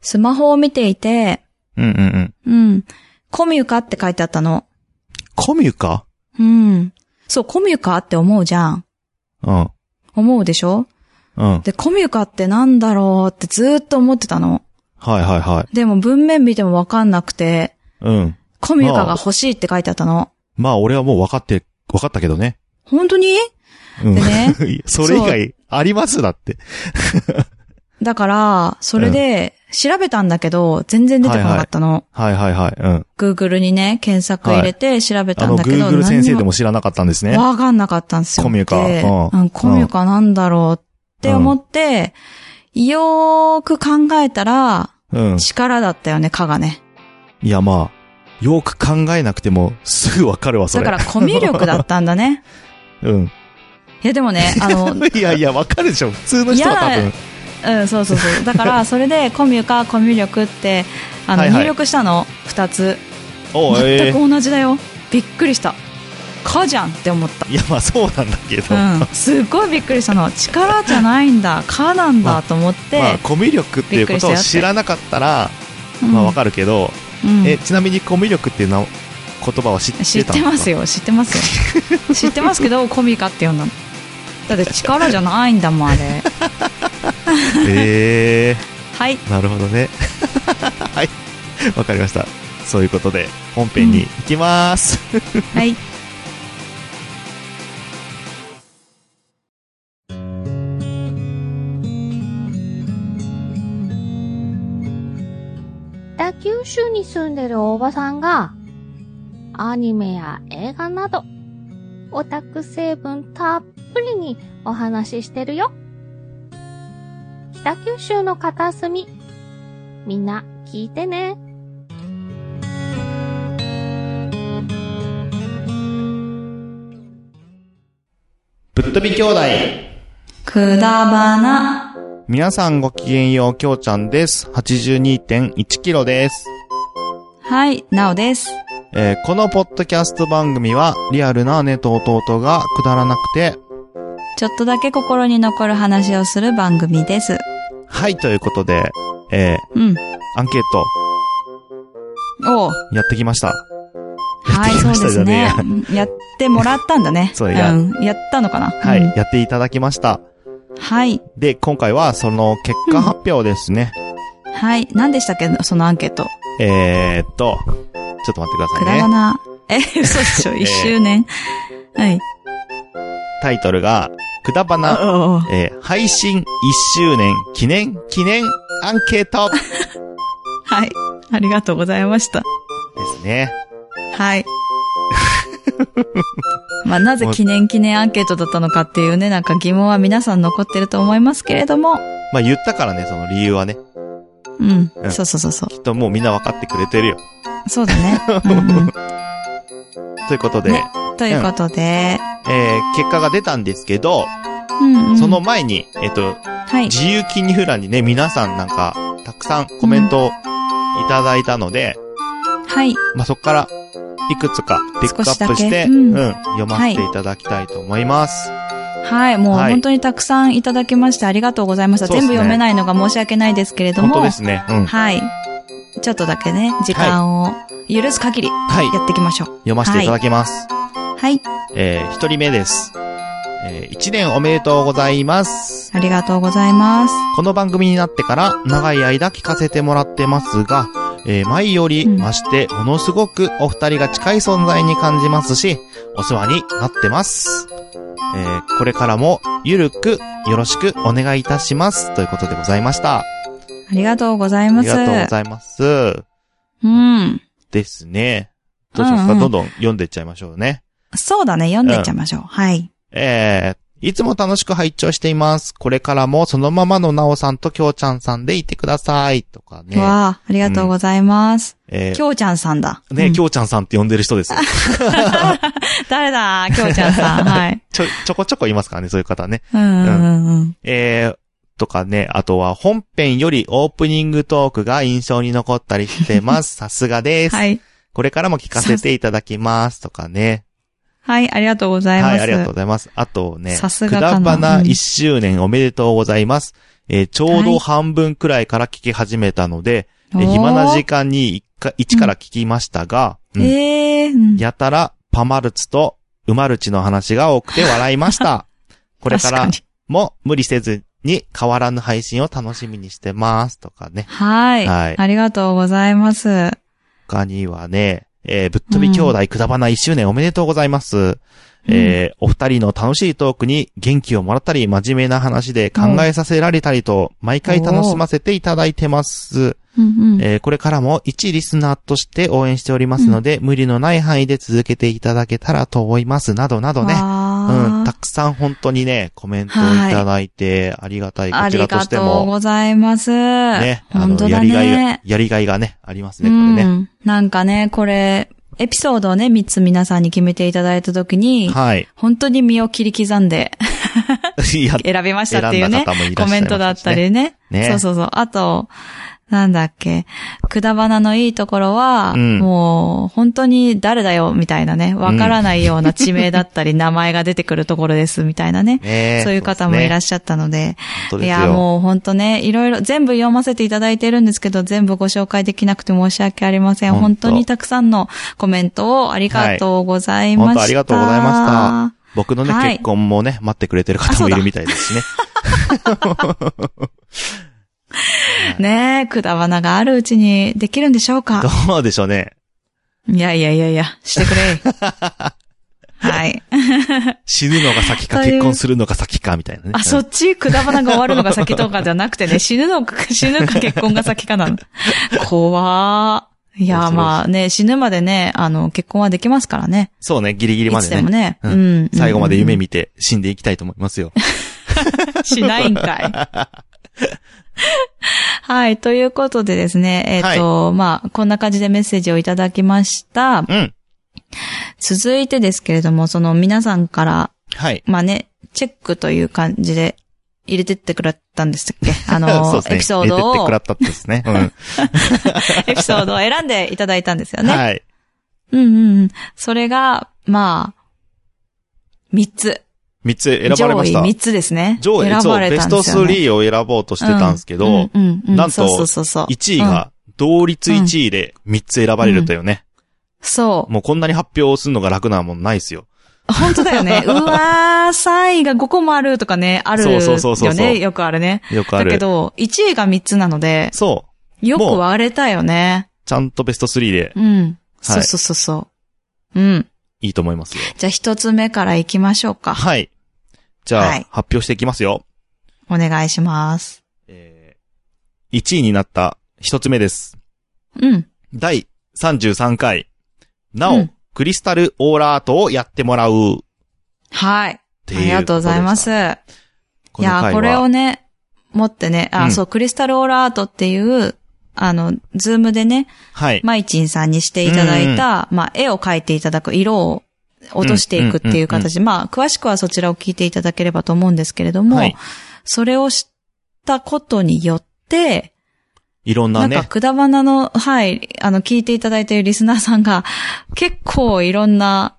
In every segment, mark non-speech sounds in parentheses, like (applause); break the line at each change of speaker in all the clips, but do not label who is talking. スマホを見ていて、
うんうんうん。
うん。コミュカって書いてあったの。
コミュか
うん。そう、コミュカって思うじゃん。
うん。
思うでしょ
うん。はい
で、コミュカってなんだろうってずーっと思ってたの。
はいはい。
でも文面見てもわかんなくて、
うん。
コミュカが欲しいって書いてあったの。
まあ俺はもう分かって、分かったけどね。
本当に
うん。
でね
(laughs) それ以外ありますだって。
だから、それで調べたんだけど、全然出てこなかったの。
はいはいはい。うん。
Google にね、検索入れて調べ
あ
たん
の、
だけど、
Google 先生で
何
も知らなかったんです
に
ね。
もわかんなかったんですよ。
コミュカ
で
う
うんん、コミュカなんだろうって思って、よーく考えたら、
うん。
力だったよね、かがね。
いやまあ、よく考えなくてもすぐ分かるわ、そ
だ
れ。
から、コミュ力だったんだ
(laughs)
ね。
うん。
いや、でもね、あの、
(laughs) いやいや、わかるでしょ。普通の人は多
い
分
や。うん、そうそうそう。だから、それで、コミュか、コミュ力って、あの、
はいはい
入力したの、二つ。
おうええ
全く同じだよ。びっくりした。かじゃんって思った。
いや、まあそうなんだけど。
うん、すっごいびっくりしたの。力じゃないんだ、かなんだと思って。
(laughs) まあ、コミュ力っていうことを
びっくりした
知
よ
らなかったら、
うん
まあわかるけど、
うん
え、ちなみにコミュ力っていうな言葉は知ってたの
知ってます
よ。
よ、知ってますよ。知ってますけ
(laughs)
ど、コミカって呼んだの。だって力じゃないんだもん、あ
(laughs)
れ。
え
はい。
えなるほどね。 (laughs) はい。わかりました。そういうことで、本編に行きます。
はい。
北九州に住んでるおばさんが、アニメや映画など、オタク成分たっぷりにお話ししてるよ。北九州の片隅、みんな聞いてね。
ぶっ飛び兄弟。
くだばな。
皆さんごきげんよう、きょうちゃんです。82.1キロです。
はい、なおです。
えーこのポッドキャスト番組は、リアルな姉と弟がくだらなくて、
ちょっとだけ心に残る話をする番組です。
はい、ということで、え
うん。
ーアンケート、
おう
やってきました。
はい、
やってき
そ
ま
う
した
で
じゃ
す
ね
ね。うんやってもらったんだね。
(laughs) そうや
ん、やったのかな。
はい、
うん
やっていただきました。
はい。
で、今回はその結果発表ですね。
はい。何でしたっけそのアンケート。
えーっと、ちょっと待ってく
く
だ
だ
さい
ば
ね。
な。え、嘘でしょ
えー
一周年。はい。
タイトルが、くだばな、
おう
えー配信1周年記念記念アンケートで
はい。ありがとうございました。
すね。
はい。 (laughs) まあ、なぜ記念記念アンケートだったのかっていうね、なんか疑問は皆さん残ってると思いますけれども、
まあ言ったからね、その理由はね、
うん。
うん
そうそうそうそ
きっともうみんな分かってくれてるよ。
う。そうだね。
(laughs)
うん
ということで、
ねうん、ということで、
えー結果が出たんですけど、
うん、うん。
その、前に、えっと、
はい。
自由記入欄にね、皆さんなんか、たくさんコメントをいただいたので、
はい。
まあ、そこから、いくつかピックア
少
ップ
し
し
だ
て、
けうん
うん、読ませていただきたいと思います。
はい。もう
はい
本当にたくさんいただきましてありがとうございました。
そうっす
全
ね
部読めないのが申し訳ないですけれど
本
も、
当ですね。うん。
はい。ちょっとだけね、時間を許す限りや
はい。
っていきましょう。
読ませていただきます。
はい。
えー、一人目です。えー、一年おめでとうございます。
ありがとうございます。
この番組になってから長い間聞かせてもらってますが、えー前より
うん
まして、ものすごくお二人が近い存在に感じますし、お世話になってます。えーこれからもゆるくよろしくお願いいたします。ということでございました。
ありがとうござい
あ
ま
り
す。
がとうございます。
うん。
ですね。どうしますか、
うんうん
どんどん読んでいっちゃいましょうね。
そうだね、読んでいっちゃいましょう。はい。
えー、いつも楽しく拝聴しています。これからもそのままのなおさんときょうちゃんさんでいてください。とかね。
わあ、ありがとうございます。
えー
きょうちゃんさんだ。
ね、
うん
きょうちゃんさんって呼んでる人
(laughs)
です。
誰だきょうちゃん
(laughs)
さん。はい。
ちょ、ちょこちょこいますからね、そういう方ね。
うんうんうん。
えー、とかね、あとは本編よりオープニングトークが印象に残ったりして
(laughs)
ます。さすがです。
はい。
これからも聞かせていただきます。とかね。
はい、ありがとうございます。
はい、ありがとうございます。あとね、
さす
く
が
だ
かな
ばな
うん
1周年おめでとうございます。えーちょうど半分くらいから聞き始めたので、えー暇な時間に一か一から聞きましたが、
間。
うん
ええうん。
やたらパマルツとウマルチの話が多くて笑いま (laughs) した。これから
確かに
も無理せずに変わらぬ配信を楽しみにしてますとかね。
はい。
はい
ありがとうございます。
他にはね、えーぶっ飛び兄弟くだばな1周年おめでとうございます。えーお二人の楽しいトークに元気をもらったり、真面目な話で考えさせられたりと、毎回楽しませていただいてます。
うんうん。
えーこれからも一リスナーとして応援しておりますので、無理のない範囲で続けていただけたらと思います。などなどね。うん、
わ
たくさん本当にね、コメントをいただいて、ありがたい、こ
あ
ち
り
らと
が
して
とう
も。
ございます。
ね、あ
本
の、
当
や
だ
りがいが
ね、。
やりがいがね、ありますね、
う
これね。
ん。なんかね、これ、エピソードをね、3つ皆さんに決めていただいたときに、 (laughs)
はい。
本当に身を切り刻んで
いや、
選びましたってい
選
うん
だ
ね、
方もいら
コ
っ
メ
しゃいますしね
ントだった。りね。
ね
そうそうそう。あと、なんだっけ、くだばなのいいところは、
うん
もう、本当に誰だよ、みたいなね、わからないような地名だった
(laughs)
り、名前が出てくるところです、みたいなね。
ね
そういう方もいらっ
し
しゃったので、
ゃる。
いや、もう本当ね、いろいろ、全部読ませていただいてるんですけど、全部ご紹介できなくて申し訳ありません。
ほん
本
と
当にたくさんのコメントをありがとうございました。
本当ありがとうございました。僕のね、
はい
結婚もね、待ってくれてる方もいるみたいですしね。
した。ねえ、くだばながあるうちにできるんでしょうか
どうでしょうね。
いやいやいやいや、してくれ。
(laughs)
はい。
死ぬのが先か、
という
結婚するのが先か、みたいなね。
あ、そっち、くだばなが終わるのが先とかじゃなくてね、死ぬのか、死ぬか結婚が先かなの。怖ー。いや、
恐ろしい
まあね、死ぬまでね、あの、結婚はできますからね。
そうね、ギリギリ
い
ま
つ
で
でも
ね。
ね。
う
うんん。
最後まで夢
見
見て死んでいきたいと思いますよ。
しないんかい。はい。ということでですね、えっ、と、まあ、こんな感じでメッセージをいただきました。
うん。
続いてですけれども、その皆さんから、
はい。
まあね、チェックという感じで入れてってくれたんですっ
(laughs)
けあ
そう
の、
ですね。
エピソード
入れてって
を
くら、ったってですね。
(laughs)
うん。
エピソードを選んでいただいたんですよね。
はい。
うんうんうん。それが、まあ、三つ。
三つ選ばれました
上位。三つですね。
上位、
選
そ
ば
う、
れ
ベ
た
ス
ん
ト
ですよ、ね。
3を選ぼうとしてたんですけ
う
ど
ん、うんうん
なんと
そうそうそうそう。
1位
うん
が同率1位で3つ選ばれるというね。
そう。
もうこんなに発表するのが楽なもんないですよ。
本当だよ
(laughs)
ね。うわー、3位が5個もあるとかね、ある
そ
よ
う
ね。
そうそうそうそう
よくあるね。
よくあ
だ
る。
けど、1位が3つなので、
そう。
よく割れたよね。
ちゃんとベスト3で
うん。
は
そ
いう
そうそうそう。うん。
いいと思いますよ。
じゃあ1つ目から行きましょうか。
はい。じゃあ、
はい
発表していきますよ。
お願いします。
えー、1位になった1つ目です。
うん。
第33回。なお、
うん
クリスタルオーラアートをやってもらうっ
はい。
て
あ
いうことでし
り
た。
がとうございます。いや
この回は。
ー、これをね、持ってね、あ、
うん
そう、クリスタルオーラアートっていう、あの、ズームでね、
はい。
マイチンさんにしていただいた、まあ、絵を描いていただく、色を落としていくっていう形、まあ、詳しくはそちらを聞いていただければと思うんですけれども、
はい
それをしたことによって、
いろんな
なん
ね。
か、くだばなの、はい、あの、聞いていただいているリスナーさんが、結構いろんな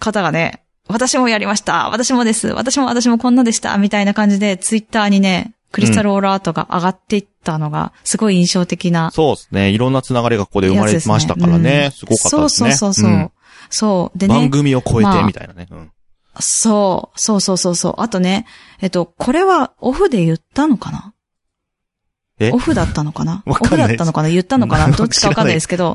方がね、私もやりました、私もです、私も私もこんなでした、みたいな感じで、ツイッターにね、クリスタルオールアートが上がっていったのが、すごい印象的な
そうですね。いろんなつながりがここで生まれましたからね。
や
す
つ
ご
で
か
ね
った
う
で
ん
すね。
そうそうそうそう。
うん
そう。で
番
ね。
組を超え
ま
て
あ
みたいなね。うん
そう。そうそうそうそう。あとね、えっと、これはオフで言ったのかな
え
オフだったのかな
(laughs) わかん
オ
ない
フだったのかな言ったのか
なん
な
か
どっちかわかんないですけど、 (laughs)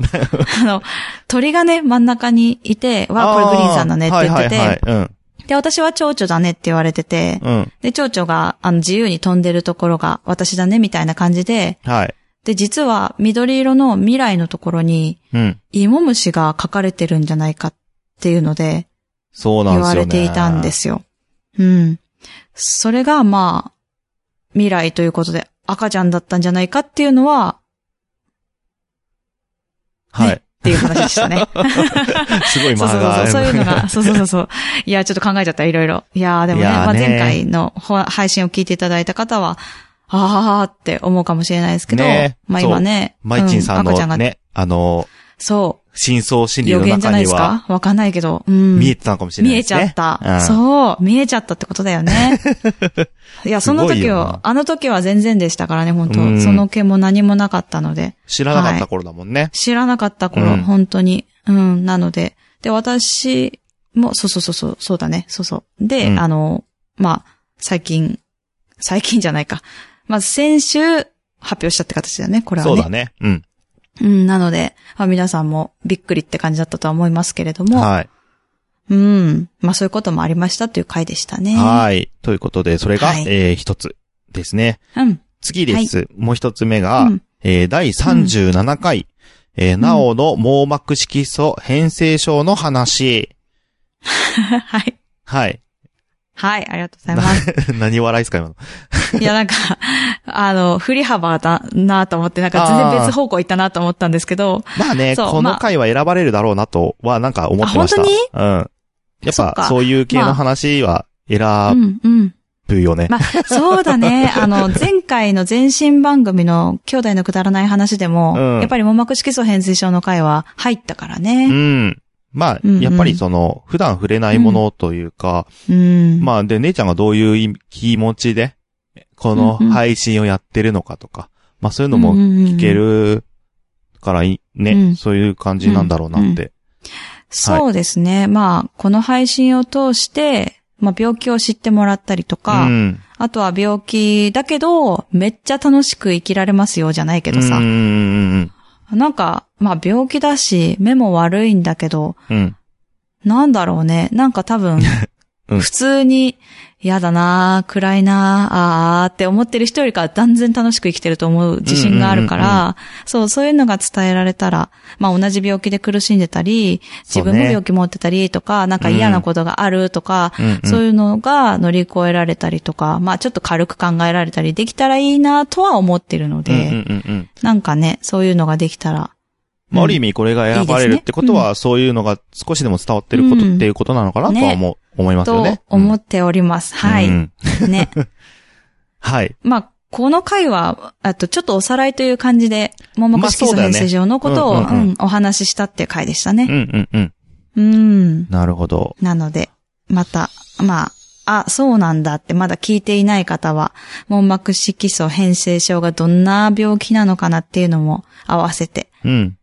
あの、鳥がね、真ん中にいて、わあ、これグリーンさんだねって言ってて、
あーはいはいはい。
で、私は蝶々だねって言われてて、
うん。うん。
で、蝶々が、あの、自由に飛んでるところが私だねみたいな感じで、
はい。
で、実は緑色の未来のところに、
うん。
芋虫が書かれてるんじゃないかっていうので、
そうなん
言
ですよ
わ
ね。
れていたんですよ。うん。それが、まあ、未来ということで赤ちゃんだったんじゃないかっていうのは、
はい。
っていう話でした
(laughs)
ね。
すごい
そう
間
そうそ
が。
う、そういうのが、 (laughs) そうそうそうそう。いや、ちょっと考えちゃった、いろいろ。いやーでもね、
いやー
まあ、
ね
前回のほ配信を聞いていただいた方は、あーって思うかもしれないですけど、
ね
まあ今ね、
(laughs) マイチンさん
う赤ちゃん
の
が、
ね、あの、
そ
真相心理
予
の
言じゃ
中
ない
に
です
は、
かわかんないけど。うん。
見えてたのかもしれな
見え
いで
ち
すね。
ゃった、
うん
そう。見えちゃったってことだよ
(laughs)
ね。いや、その
すごい
時
よな
を、あの時は全然でしたからね、本当
うん
その毛も何もなかったので。
知らなかった頃だもんね。
知らなかった頃、
うん
本当に。うん、なので。で、私も、そうそうそうそう、そうだね、そうそう。で、
うん
あの、まあ、最近、最近じゃないか。まあ、先週、発表したって形だね、これはね。
そうだね。うん。
うん、なので、まあ、皆さんもびっくりって感じだったとは思いますけれども、
はい。
うん。まあそういうこともありましたという回でしたね。
はい。ということで、それが、
はい
えー一つですね。
うん。
次です。もう一つ目が、
うん。 (laughs)
えー第37回、えーなおの網膜色素変性症の話。
はい。
はい。 (laughs)
はい、ありがとうございます。
何笑いですか、
(laughs)
今の。
いや、なんか、あの、振り幅だなと思って、なんか全然別方向行ったなと思ったんですけど、
まあね、
そう
こ
ま
の
あ
回は選ばれるだろうなとは、なんか思ってました。
あ本
うん。やっ
そっ
ぱ、
か
そういう系の話は
う
選
ん、うん。
ぶよね。
まあ、そうだ
(laughs)
ね。あの、前回の前身番組の兄弟のくだらない話でも、
うん
やっぱり網膜色素変性症の回は入ったからね。
うん。まあ、
うんうん
やっぱりその、普段触れないものというか、
うん。
まあ、で、姉ちゃんがどういうい気持ちで、この
うんうん
配信をやってるのかとか、まあそういう
あ
のも聞けるからいね、
うん
そういう感じなんだろうなって。
そうですね。まあ、この配信を通して、まあ、病気を知ってもらったりとか、
うん。
あとは病気だけど、めっちゃ楽しく生きられますよ、じゃないけど
うん
さ
う。ん
なんか、まあ、病気だし、目も悪いんだけど、
うんうん。
なんだろうね。なんか多分、
(laughs) うん
普通に、嫌だなぁ、暗いなぁ、あーって思ってる人よりかは断然楽しく生きてると思う自信があるから、
うんうん
そう、そういうのが伝えられたら、まあ同じ病気で苦しんでたり、自分も
そうね
病気持ってたりとか、なんか嫌なことがあるとか、
うんうん
そういうのが乗り越えられたりとか、まあちょっと軽く考えられたりできたらいいなとは思ってるので、
うんうんうんうん
なんかね、そういうのができたら。
まあ、ある意
味、
味これが選ばれるってこと
いい
は、そういうのが少しでも伝わってることっていうことなのかなとは思う、思いますよ
と
ね。
思
っ
っております。はい。ね。
(laughs) はい。
まあ、この回は、あと、ちょっとおさらいという感じで、ももかしき
まあそうだよ
編
ね
成上のことを、
うんうんうん
うんお話ししたっていう回でした
うん
ね。
うんうん。
うん。
なるほど。
なので、また、まあ、あ、そうなんだってまだ聞いていない方は、網膜色素変性症がどんな病気なのかなっていうのも合わせて、
うん。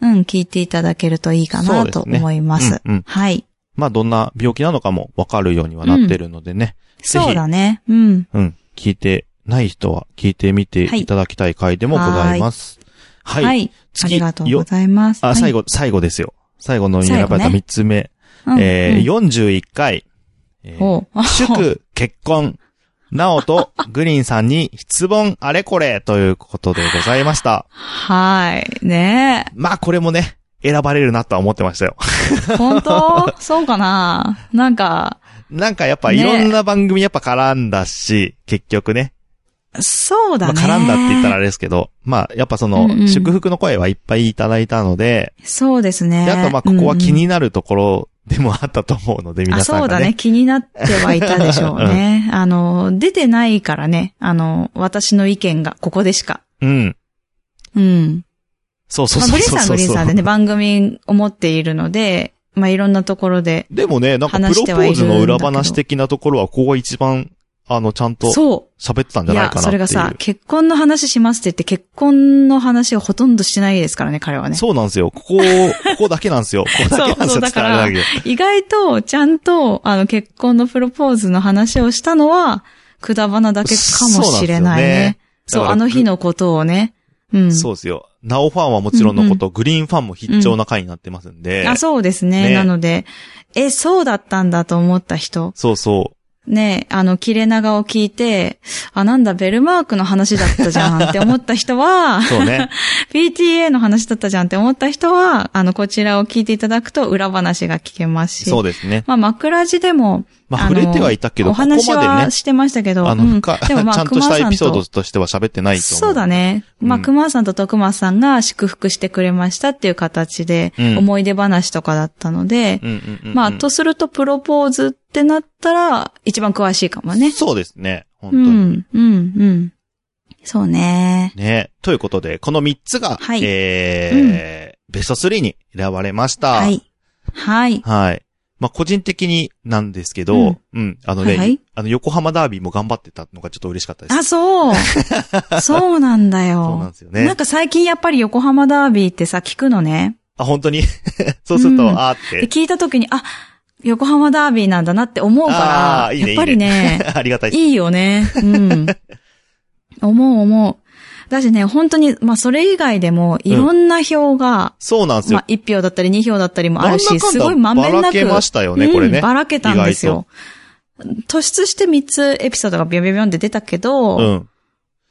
うん、聞いていただけるといいか
そう
な
で
と
すね
思います。
うんうん
はい。
まあ、どんな病気なのかもわかるようにはなってるのでね。ぜひ
そうだね。うん。
うん。聞いてない人は聞いてみていただきたい回でもございます。は
はい。
い。
あ
次
りがとうございます。
あ、最
後。
後、最後ですよ。最後の選ばれた
最後ね
3つ目。
うん
えー
うん
41回。 (laughs) えー
おう
祝、結婚、なおと (laughs) グリーンさんに質問あれこれということでございました。 (laughs)
はい。ねえ。
まあこれもね、選ばれるなとは思ってましたよ。 (laughs)
本当そうかななんか、
なんかやっぱいろんな番組やっぱ絡んだし、結局ね。
そう
ま
だ
あ
ね。
絡んだって言ったらあれですけど、まあやっぱその
うんう、ん
祝福の声はいっぱいいただいたので、
そうですね。
であとまあここは気になるところでもあったと思うので、
うん、
皆
あ、
さ
そ
ん
う
が
だ
ね
ね。。気になってはいたでしょう
(laughs)
ね。あの、出てないからね。あの、私の意見がここでしか。
うん。
うん。
そうそう
まあ、
そ
グ
う
リーンさ
そう
んは
そ
グ
う
リーンさん
(laughs)
でね、番組を持っているので、まあ、いろんなところで。
でもね、なんかプロ
話し
ポ
てはい
ー
るんだ
ズ
けど
の裏話的なところは、ここが一番、あの、ちゃんと
そ
喋ってたん
う。
じ
い
ゃない
や
か、なっていう。
それがさ、結婚の話しますって言って、結婚の話をほとんどしてないですからね、彼はね。
そうなんですよ。ここ、ここだけなん
(laughs)
ですよ。ここだけなんです
そうそ
よ。
うだから
伝わるだけで
意外と、ちゃんと、あの、結婚のプロポーズの話をしたのは、くだばなだけかもしれないね。そ
そ
うう、
なんですよねだから
あの日のことをね。うん。
そうですよ。ナオファンはもちろんのこと、グリーンファンも必聴な回になってますんで。
あそうですね。
ね
なので、え、そうだったんだと思った人。
そうそ
ね、あの、切れ長を聞いて、あ、なんだ、ベルマークの話だったじゃんって思った人は (laughs)
う。、 (laughs) そうね。
PTA の話だったじゃんって思った人は、あの、こちらを聞いていただくと裏話が聞けますし。
そうですね。
まあ、枕地でも、
まあ、
あの
触れてはいたけど、
お
ここま
話
で
は
ね、
してましたけど、
あの、
うん
深い (laughs) ち
でもまあ
ゃんとしたエピソ
熊さ
ード
んと
としては喋ってないと思
そ
う。
うだ。ね。まあ、
うん
熊さんと徳間さんが祝福してくれましたっていう形で、
うん
思い出話とかだったので、
うんうんうんうん。
まあ、とするとプロポーズってなったら、一番詳しいかもね。
そうですね。本
う
当
ん、う
に。
ん、うん。そうね。
ね。ということで、この3つが、
はい
えーベスト3に選ばれました。
は。い。はい。
はい。まあ、個人的になんですけど、う
うんん、
あのね、
はいはい
あの、横浜ダービーも頑張ってたのがちょっと嬉しかったです。
あ、そう。
(laughs)
そうなんだ
そうなん
よ。
ですよ
な
ね
ん。か最近やっぱり横浜ダービーってさ、聞くのね。
あ、本当に (laughs) そうすると、
うん
あーっ
で、
て。
聞いた時に、あ、横浜ダービーなんだなって思うか
あー
ら、
いいね
やっぱりね、
(laughs) ありがたいです。
いいよね。うん。思う思う。だしね、本当に、まあそれ以外でも、いろんな票が、
そうなんです
ま
よ
あ。1票だったり2票だったりもある
なん
し、
だかんだ
すごいまんべん
ば
な
ら
く。
けましたよね、これ
う
ね
ん。ばらけたんですよ。突出して3つエピソードがビョンビョンビョンって出たけど、
うん。うん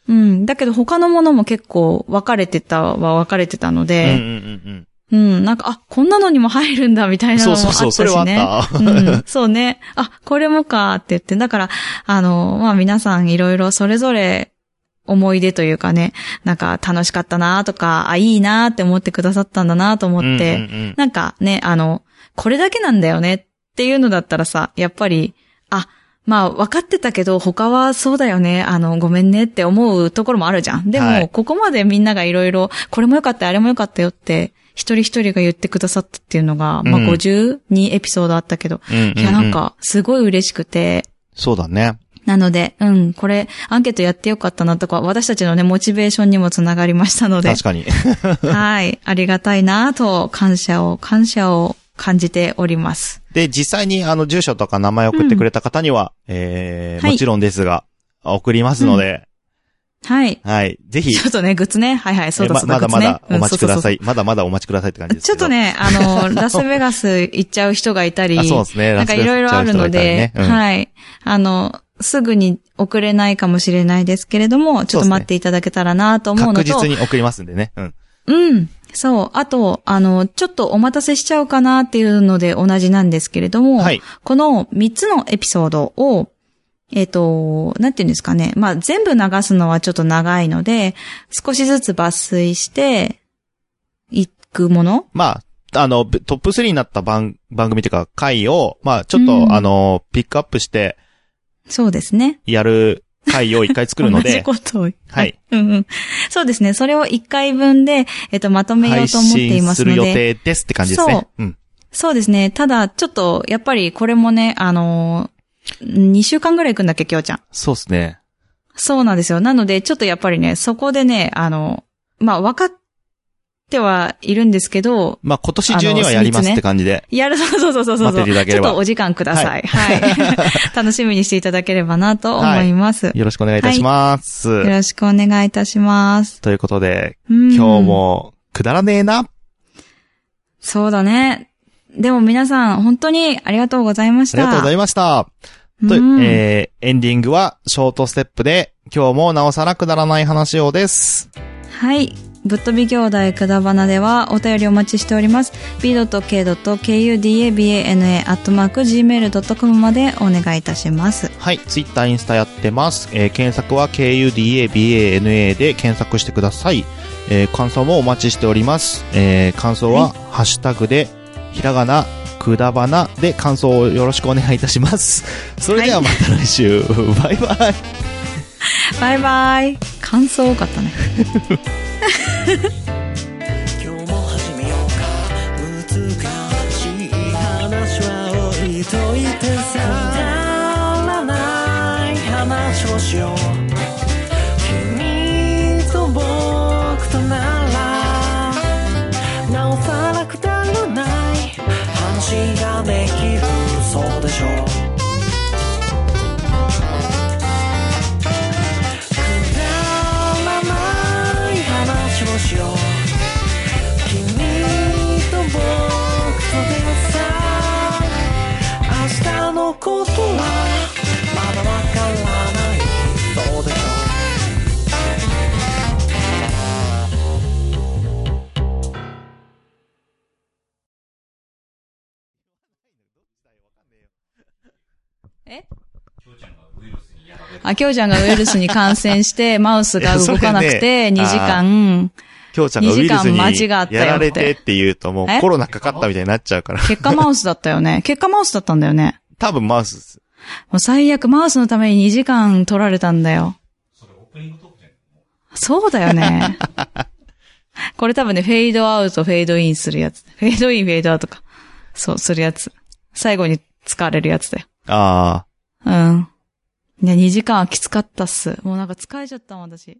うん。だけど他のものも結構分かれてたは分かれてたの
うんうん
で、
うん
うん、なんか、あ、こんなのにも入るんだみた
う
い
ん。
なの
そ
もあ
う
っ
そう
たし
そ
ね。
う、それはあった。
うん、そうね。あ、これもかって言って。だから、あの、まあ、皆さんいろいろそれぞれ思い出というかね、なんか楽しかったなとか、あ、いいなって思ってくださったんだなと思って、
うんうんうん
なんかね、あの、これだけなんだよねっていうのだったらさ、やっぱり、あ、まあ分かってたけど他はそうだよね、あの、ごめんねって思うところもあるじゃん。でも、
はい
ここまでみんながいろいろ、これもよかったよ、あれもよかったよって、一人一人が言ってくださったっていうのが、まあ
うん
52エピソードあったけど、
うん
いや、なん。か、すごい嬉しくて、
そうだね。
なので、うん、これ、アンケートやってよかったなとか、私たちのね、モチベーションにもつながりましたので
確、かに。
はい、ありがたいなと、感謝を、感謝を感じております。
で、実際にあの、住所とか名前を送ってくれた方には、えー、
はい
もちろんですが、送りますので、
はい。
はい。ぜひ、
ちょっとね、グッズね、はい (laughs) はい、そうだ
え
そう
ま
だ、グッズ
まだま
ね
だお待ちくださ。
うんそうそう
い。まだまだお待ちくださいって感じ
そう
です
ち
け
ょっ
ど。
と
ね、
ね、あ
(laughs)
の、ラスベガス行っちゃう人がいたり、
あ、そうですね。
なんかいろいろあるので、
ラスベガス行っちゃう人がいたりねうん
はい。あの、すぐに送れないかもしれないですけれども、ちょっ
そうです
と
ね
待っていただけたらなと思うのと、
確実に送りますんでね。うん。
うん。そう。あと、あの、ちょっとお待たせしちゃうかなっていうので同じなんですけれども、
はい。
この3つのエピソードを、えっ、と、なんていうんですかね。まあ、全部流すのはちょっと長いので、少しずつ抜粋して、いくもの
まあ、あの、ぶトップ3になった番、番組というか、回を、まあ、ちょっと、
うん
あの、ピックアップして、
そうですね。
やる回を一回作るの
(laughs) 同じ
で、
ことを。
はい。
うんうん。そうですね。それを1回分で、えっ、と、まとめよう
配
と思ってい
信
ます
す
の
る
で。
予定ですって感じですね。うん。
そうですね。ただ、ちょっと、やっぱりこれもね、あのー、2週間ぐらい行くんだっけ、きょうちゃん。
そうですね。
そうなんですよ。なので、ちょっとやっぱりね、そこでね、あの、まあ、分かってはいるんですけど、
まあ、今年中にはやりますって感じで。
やる、そうそうそうそうそう。
待っていただけ
ち
れ
ょっ
ば
とお時間ください。はい。
(laughs)
楽しみにしていただければなと思います。
よろしくお願いいたします。
よろしくお願いいたします。
ということで、
うん
今日。も、くだらねえな。
そうだね。でも皆さん、本当にありがとうございまし
あ
た。
りがとうございました。と、
うん
えー、エンディングは、ショートステップで、今日もなおさらくだらない話をです。
はい。ぶっ飛び兄弟くだばなではお便りお待ちしております。b.k.kudabana.gmail.com までお願いいたします。
はい、ツイッター、インスタやってます。えー検索は KUDABANA で検索してください。えー感想もお待ちしております。えー感想は、ハッシュタグで、ひらがな、くだばなで感想をよろしくお願いいたします。それではまた来週、バイバイ。
バイバイ。感想多かったね。
今日も始めようか難しい話は置いといてさくだらない話をしよう君と僕とならなおさらくだらない話ができるそうでしょうくだらない話をしよう「君と僕とでさ」「明日のことはまだわからない」「そうでしょう」
あ、きょうちゃんがウイルスに感染して、マウスが動かなくて、
い
2
やそ
時
れね
間、
きょうちゃんがウイルス
二時間間違った
に
よっ
や
て
られてって言うともう
え
コロナかかったみたいになっちゃうから、
結果マウスだったよね。結果マウスだったんだよね。
多分マウスです。
もう最悪マウスのために2時間取られたんだよ。それオープニングトークじゃん。そうだよね。これ多分ね、フェードアウト、フェードインするやつ。フェードイン、フェードアウトか。そう、するやつ。最後に使われるやつだよ。
あ
う
あ。
ん。ね、2時間はきつかったっす。もうなんか疲れちゃったもん、私。